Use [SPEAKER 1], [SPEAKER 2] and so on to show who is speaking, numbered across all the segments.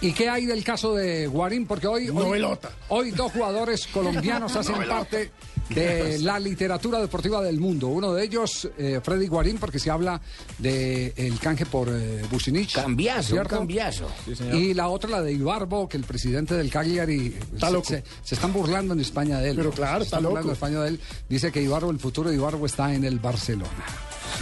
[SPEAKER 1] ¿Y qué hay del caso de Guarín? Porque hoy, hoy,
[SPEAKER 2] Novelota.
[SPEAKER 1] hoy dos jugadores colombianos hacen
[SPEAKER 2] Novelota.
[SPEAKER 1] parte de la literatura deportiva del mundo. Uno de ellos, eh, Freddy Guarín, porque se habla de el canje por eh, Bucinich.
[SPEAKER 3] Cambiazo, un
[SPEAKER 1] ¿cierto?
[SPEAKER 3] cambiazo.
[SPEAKER 1] Y la otra, la de Ibarbo, que el presidente del Cagliari...
[SPEAKER 2] Está
[SPEAKER 1] se-
[SPEAKER 2] loco.
[SPEAKER 1] Se, se están burlando en España de él.
[SPEAKER 2] Pero
[SPEAKER 1] ¿no?
[SPEAKER 2] claro,
[SPEAKER 1] Se
[SPEAKER 2] está
[SPEAKER 1] están burlando en
[SPEAKER 2] loco.
[SPEAKER 1] España de él. Dice que Ibarbo, el futuro de Ibarbo está en el Barcelona.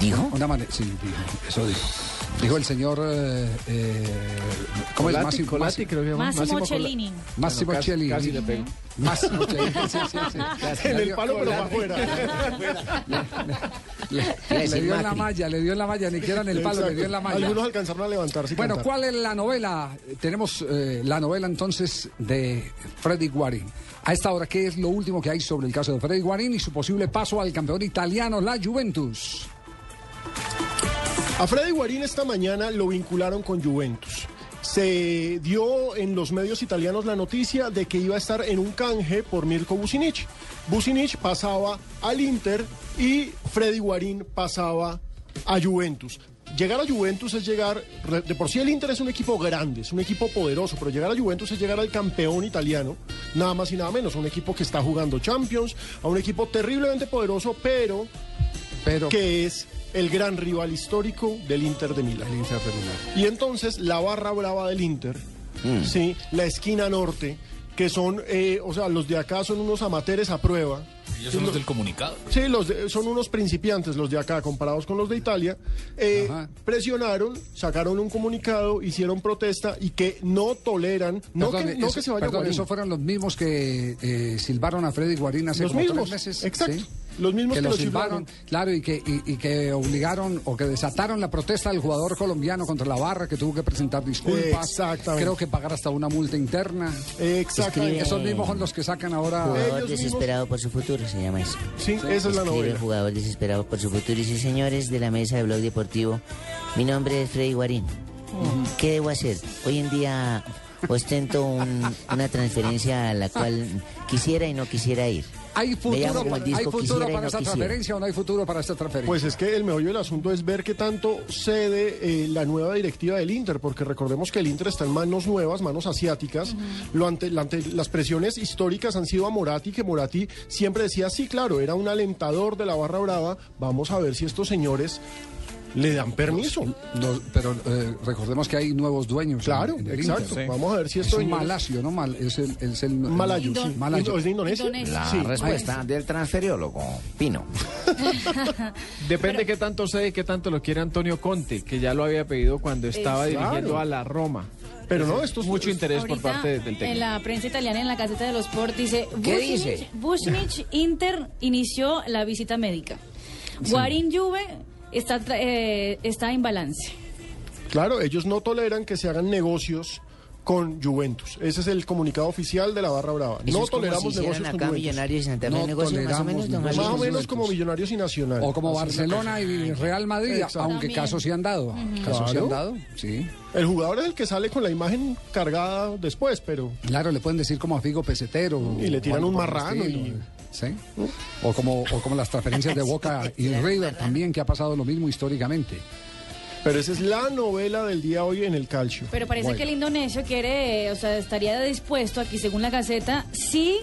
[SPEAKER 3] ¿Dijo?
[SPEAKER 1] Una mane- sí, dijo, eso dijo. Dijo el señor... eh, eh, ¿Cómo es?
[SPEAKER 4] Colati,
[SPEAKER 1] Máximo-
[SPEAKER 4] Colati, creo que se llama.
[SPEAKER 5] Máximo
[SPEAKER 4] Cola-
[SPEAKER 5] Cellini.
[SPEAKER 1] Máximo
[SPEAKER 4] Bueno, casi-
[SPEAKER 1] Cellini.
[SPEAKER 4] casi le pego.
[SPEAKER 1] Máximo Cellini, sí, sí, sí.
[SPEAKER 2] En
[SPEAKER 1] Le
[SPEAKER 2] el
[SPEAKER 1] dio-
[SPEAKER 2] palo, pero para afuera.
[SPEAKER 3] Iba
[SPEAKER 1] Le,
[SPEAKER 3] a
[SPEAKER 1] le
[SPEAKER 3] decir
[SPEAKER 1] dio en la
[SPEAKER 3] Macri.
[SPEAKER 1] malla, le dio en la malla, ni siquiera en el palo, le dio en la malla.
[SPEAKER 2] Algunos alcanzaron a levantarse. y
[SPEAKER 1] Bueno,
[SPEAKER 2] cantar.
[SPEAKER 1] ¿cuál es la novela? Eh, Tenemos eh, la novela entonces de Freddy Guarín. A esta hora, ¿qué es lo último que hay sobre el caso de Freddy Guarín y su posible paso al campeón italiano, la Juventus?
[SPEAKER 2] A Freddy Guarín esta mañana lo vincularon con Juventus. Se dio en los medios italianos la noticia de que iba a estar en un canje por Mirko Bucinic. Bucinic pasaba al Inter y Freddy Guarín pasaba a Juventus. Llegar a Juventus es llegar, re- de por sí el Inter es un equipo grande, es un equipo poderoso, pero llegar a Juventus es llegar al campeón italiano, nada más y nada menos, a un equipo que está jugando Champions, a un equipo terriblemente poderoso, pero
[SPEAKER 1] Pero
[SPEAKER 2] que es el gran rival histórico del Inter de Milán.
[SPEAKER 1] el Inter de Milán.
[SPEAKER 2] Y entonces la barra brava del Inter, sí, la esquina norte, que son, eh, o sea, los de acá son unos amateurs a prueba.
[SPEAKER 6] Ellos son los del comunicado.
[SPEAKER 2] Sí, los de- son unos principiantes los de acá comparados con los de Italia. eh,
[SPEAKER 1] Ajá.
[SPEAKER 2] presionaron, sacaron un comunicado, hicieron protesta y que no toleran, no,
[SPEAKER 1] Perdón,
[SPEAKER 2] que, no
[SPEAKER 1] eso-
[SPEAKER 2] que se vaya
[SPEAKER 1] perdón,
[SPEAKER 2] Guarín.
[SPEAKER 1] esos fueron los mismos que eh, silbaron a Freddy Guarín hace
[SPEAKER 2] Los
[SPEAKER 1] como tres
[SPEAKER 2] mismos,
[SPEAKER 1] meses.
[SPEAKER 2] exacto.
[SPEAKER 1] sí.
[SPEAKER 2] Los mismos
[SPEAKER 1] que,
[SPEAKER 2] que
[SPEAKER 1] lo
[SPEAKER 2] lo
[SPEAKER 1] silbaron, claro, y que, y- y que obligaron o que desataron la protesta del jugador colombiano contra la barra, que tuvo que presentar disculpas.
[SPEAKER 2] Exactamente.
[SPEAKER 1] Creo que pagar hasta una multa interna.
[SPEAKER 7] Eh,
[SPEAKER 2] Exactamente.
[SPEAKER 1] Esos mismos son los que sacan ahora.
[SPEAKER 2] Ellos
[SPEAKER 7] Jugador
[SPEAKER 2] mismos-
[SPEAKER 7] desesperado por su futuro se llama eso.
[SPEAKER 2] Sí, esa es la
[SPEAKER 7] Escribe
[SPEAKER 2] novela.
[SPEAKER 7] jugador desesperado por su futuro y dice, señores de la mesa de Blog Deportivo, mi nombre es Freddy Guarín. ¿Qué debo hacer? Hoy en día ostento un- una transferencia a la cual quisiera y no quisiera ir.
[SPEAKER 1] ¿Hay
[SPEAKER 7] Me
[SPEAKER 1] futuro,
[SPEAKER 7] llamo como el
[SPEAKER 1] para, ¿hay
[SPEAKER 7] disco
[SPEAKER 1] futuro
[SPEAKER 7] Quisiera y
[SPEAKER 1] para
[SPEAKER 7] no
[SPEAKER 1] esta
[SPEAKER 7] quisiera.
[SPEAKER 1] transferencia o no hay futuro para esta transferencia?
[SPEAKER 2] Pues es que el meollo del asunto es ver qué tanto cede eh, la nueva directiva del Inter, porque recordemos que el Inter está en manos nuevas, manos asiáticas. Lo ante, la ante- las presiones históricas han sido a Morati, que Morati siempre decía, sí, claro, era un alentador de la barra brava. Vamos a ver si estos señores le dan permiso.
[SPEAKER 1] No, pero eh, recordemos que hay nuevos dueños. en-
[SPEAKER 2] Claro,
[SPEAKER 1] en el
[SPEAKER 2] exacto.
[SPEAKER 1] Inter.
[SPEAKER 2] Vamos a ver si
[SPEAKER 1] Es
[SPEAKER 2] estos
[SPEAKER 1] un
[SPEAKER 2] señores...
[SPEAKER 1] malacio, ¿no? Mal, es el, es el-
[SPEAKER 2] Malayo, sí.
[SPEAKER 1] Malayo.
[SPEAKER 2] Indo- ¿Es de Indonesia?
[SPEAKER 5] Indonesia.
[SPEAKER 3] La
[SPEAKER 2] Sí.
[SPEAKER 3] respuesta del transferiólogo, Pino.
[SPEAKER 4] Depende qué tanto sé y qué tanto lo quiere Antonio Conte, que ya lo había pedido cuando estaba
[SPEAKER 2] Exacto.
[SPEAKER 4] dirigiendo a la Roma.
[SPEAKER 2] Pero no,
[SPEAKER 4] Ese-
[SPEAKER 2] estos-
[SPEAKER 4] mucho interés por
[SPEAKER 5] Pues Ahorita,
[SPEAKER 4] parte del
[SPEAKER 5] En
[SPEAKER 4] técnico.
[SPEAKER 5] la prensa italiana, en la Gaceta de los Sport, dice:
[SPEAKER 3] ¿Qué
[SPEAKER 5] Bucinic-
[SPEAKER 3] dice?
[SPEAKER 5] Bucinic Inter inició la visita médica. Guarín Juve está, tra- eh, está en balance.
[SPEAKER 2] Claro, ellos no toleran que se hagan negocios con Juventus. Ese es el comunicado oficial de la Barra Brava.
[SPEAKER 7] Eso
[SPEAKER 2] no
[SPEAKER 7] es como
[SPEAKER 2] toleramos
[SPEAKER 7] si hicieran
[SPEAKER 2] negocios con
[SPEAKER 7] acá
[SPEAKER 2] Juventus.
[SPEAKER 7] Millonarios y Santa Fe
[SPEAKER 1] No
[SPEAKER 7] negocios más o menos, don
[SPEAKER 1] toleramos
[SPEAKER 2] Más o
[SPEAKER 7] Javier.
[SPEAKER 2] menos como Millonarios y Nacional.
[SPEAKER 1] O como Barcelona y Real Madrid,
[SPEAKER 2] Exacto.
[SPEAKER 1] aunque
[SPEAKER 5] También.
[SPEAKER 1] casos se han dado. Casos se
[SPEAKER 2] Claro.
[SPEAKER 1] han dado, sí.
[SPEAKER 2] El jugador es el que sale con la imagen cargada después, pero
[SPEAKER 1] Claro, le pueden decir como a Figo Pesetero.
[SPEAKER 2] Y le
[SPEAKER 1] o
[SPEAKER 2] tiran
[SPEAKER 1] algo
[SPEAKER 2] un
[SPEAKER 1] por el
[SPEAKER 2] marrano
[SPEAKER 1] estilo,
[SPEAKER 2] y-
[SPEAKER 1] eh, ¿Sí? O, como, o como las transferencias de Boca y River también, que ha pasado lo mismo históricamente.
[SPEAKER 2] pero esa es la novela del día hoy en el calcio.
[SPEAKER 5] Pero parece
[SPEAKER 1] Bueno.
[SPEAKER 5] que el indonesio quiere, eh, o sea, estaría dispuesto aquí, según la Gaceta, si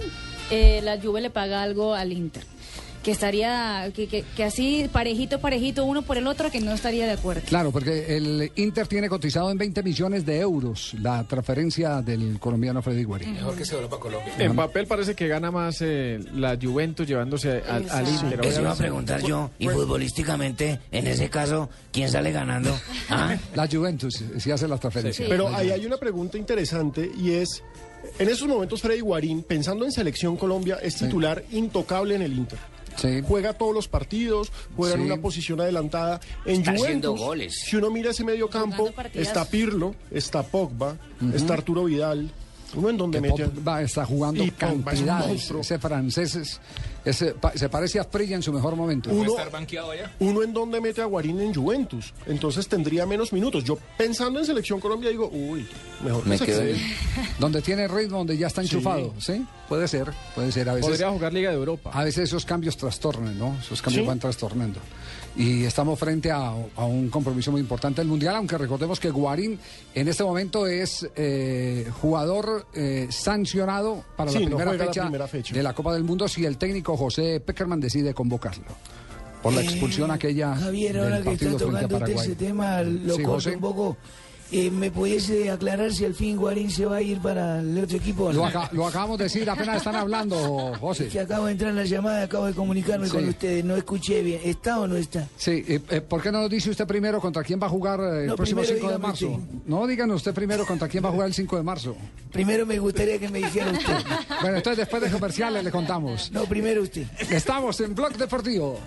[SPEAKER 5] eh, la Juve le paga algo al Inter. Que estaría, que, que- que así parejito, parejito, uno por el otro, que no estaría de acuerdo.
[SPEAKER 1] Claro, porque el Inter tiene cotizado en 20 millones de euros la transferencia del colombiano Freddy Guarín.
[SPEAKER 6] Mejor que se vuelva para Colombia.
[SPEAKER 4] En papel parece que gana más eh, la Juventus llevándose al- al Inter.
[SPEAKER 3] Eso iba a
[SPEAKER 4] obviamente.
[SPEAKER 3] preguntar yo. Y futbolísticamente, en ese caso, ¿quién sale ganando? ¿Ah?
[SPEAKER 1] La Juventus, eh, si hace las transferencias.
[SPEAKER 2] Pero ahí hay una pregunta interesante y es, en esos momentos Freddy Guarín, pensando en Selección Colombia, es titular intocable en el Inter.
[SPEAKER 1] Sí.
[SPEAKER 2] Juega todos los partidos, juega en
[SPEAKER 1] Sí.
[SPEAKER 2] una posición adelantada. En
[SPEAKER 3] Está haciendo
[SPEAKER 2] Juventus,
[SPEAKER 3] goles.
[SPEAKER 2] si uno mira ese medio campo,
[SPEAKER 5] Jugando partidas.
[SPEAKER 2] está Pirlo, está Pogba, está Arturo Vidal. Uno en donde
[SPEAKER 1] Que
[SPEAKER 2] mete...
[SPEAKER 1] Pogba está jugando
[SPEAKER 2] Y Pogba es un
[SPEAKER 1] cantidades.
[SPEAKER 2] monstruo.
[SPEAKER 1] Ese francés es- ese pa- se parece a Freya en su mejor momento.
[SPEAKER 2] Uno-
[SPEAKER 6] estar banqueado allá.
[SPEAKER 2] uno en donde mete a Guarín en Juventus. Entonces tendría menos minutos. Yo pensando en Selección Colombia digo, uy, mejor que
[SPEAKER 3] Me
[SPEAKER 2] se
[SPEAKER 3] quedo
[SPEAKER 2] quede.
[SPEAKER 3] ahí.
[SPEAKER 1] Donde tiene ritmo, donde ya está
[SPEAKER 2] Sí.
[SPEAKER 1] enchufado. Sí. Puede ser, puede ser. A veces,
[SPEAKER 4] Podría jugar Liga de Europa.
[SPEAKER 3] Ah,
[SPEAKER 1] a veces esos cambios trastornan, ¿no? Esos cambios
[SPEAKER 2] Sí.
[SPEAKER 1] van trastornando. Y estamos frente a, a un compromiso muy importante del Mundial, aunque recordemos que Guarín en este momento es eh, jugador eh, sancionado para
[SPEAKER 2] Sí,
[SPEAKER 1] la,
[SPEAKER 2] no
[SPEAKER 1] primera
[SPEAKER 2] juega la
[SPEAKER 1] fecha
[SPEAKER 2] primera fecha.
[SPEAKER 1] de la Copa del Mundo si el técnico José Peckerman decide convocarlo. Por la expulsión aquella
[SPEAKER 3] Eh, Javier,
[SPEAKER 1] del
[SPEAKER 3] ahora que está
[SPEAKER 1] partido frente a
[SPEAKER 3] tocando usted
[SPEAKER 1] Paraguay.
[SPEAKER 3] ese tema, lo
[SPEAKER 1] Sí,
[SPEAKER 3] corto
[SPEAKER 1] José.
[SPEAKER 3] un poco. Eh, ¿Me pudiese aclarar si al fin Guarín se va a ir para el otro equipo?
[SPEAKER 1] Lo, aca- lo acabamos de decir, apenas están hablando, José.
[SPEAKER 3] Que acabo de entrar en la llamada, acabo de comunicarme
[SPEAKER 1] Sí.
[SPEAKER 3] con ustedes, no escuché bien. ¿Está o no está?
[SPEAKER 1] Sí, eh, eh, ¿por qué no nos dice usted primero contra quién va a jugar eh, el
[SPEAKER 3] No,
[SPEAKER 1] próximo
[SPEAKER 3] primero
[SPEAKER 1] 5 de
[SPEAKER 3] dígame
[SPEAKER 1] marzo?
[SPEAKER 3] usted.
[SPEAKER 1] No, díganos usted primero contra quién va a jugar el 5 de marzo.
[SPEAKER 3] Primero me gustaría que me dijera usted.
[SPEAKER 1] Bueno, entonces después de comerciales le contamos.
[SPEAKER 3] No, primero usted.
[SPEAKER 1] Estamos en Blog Deportivo.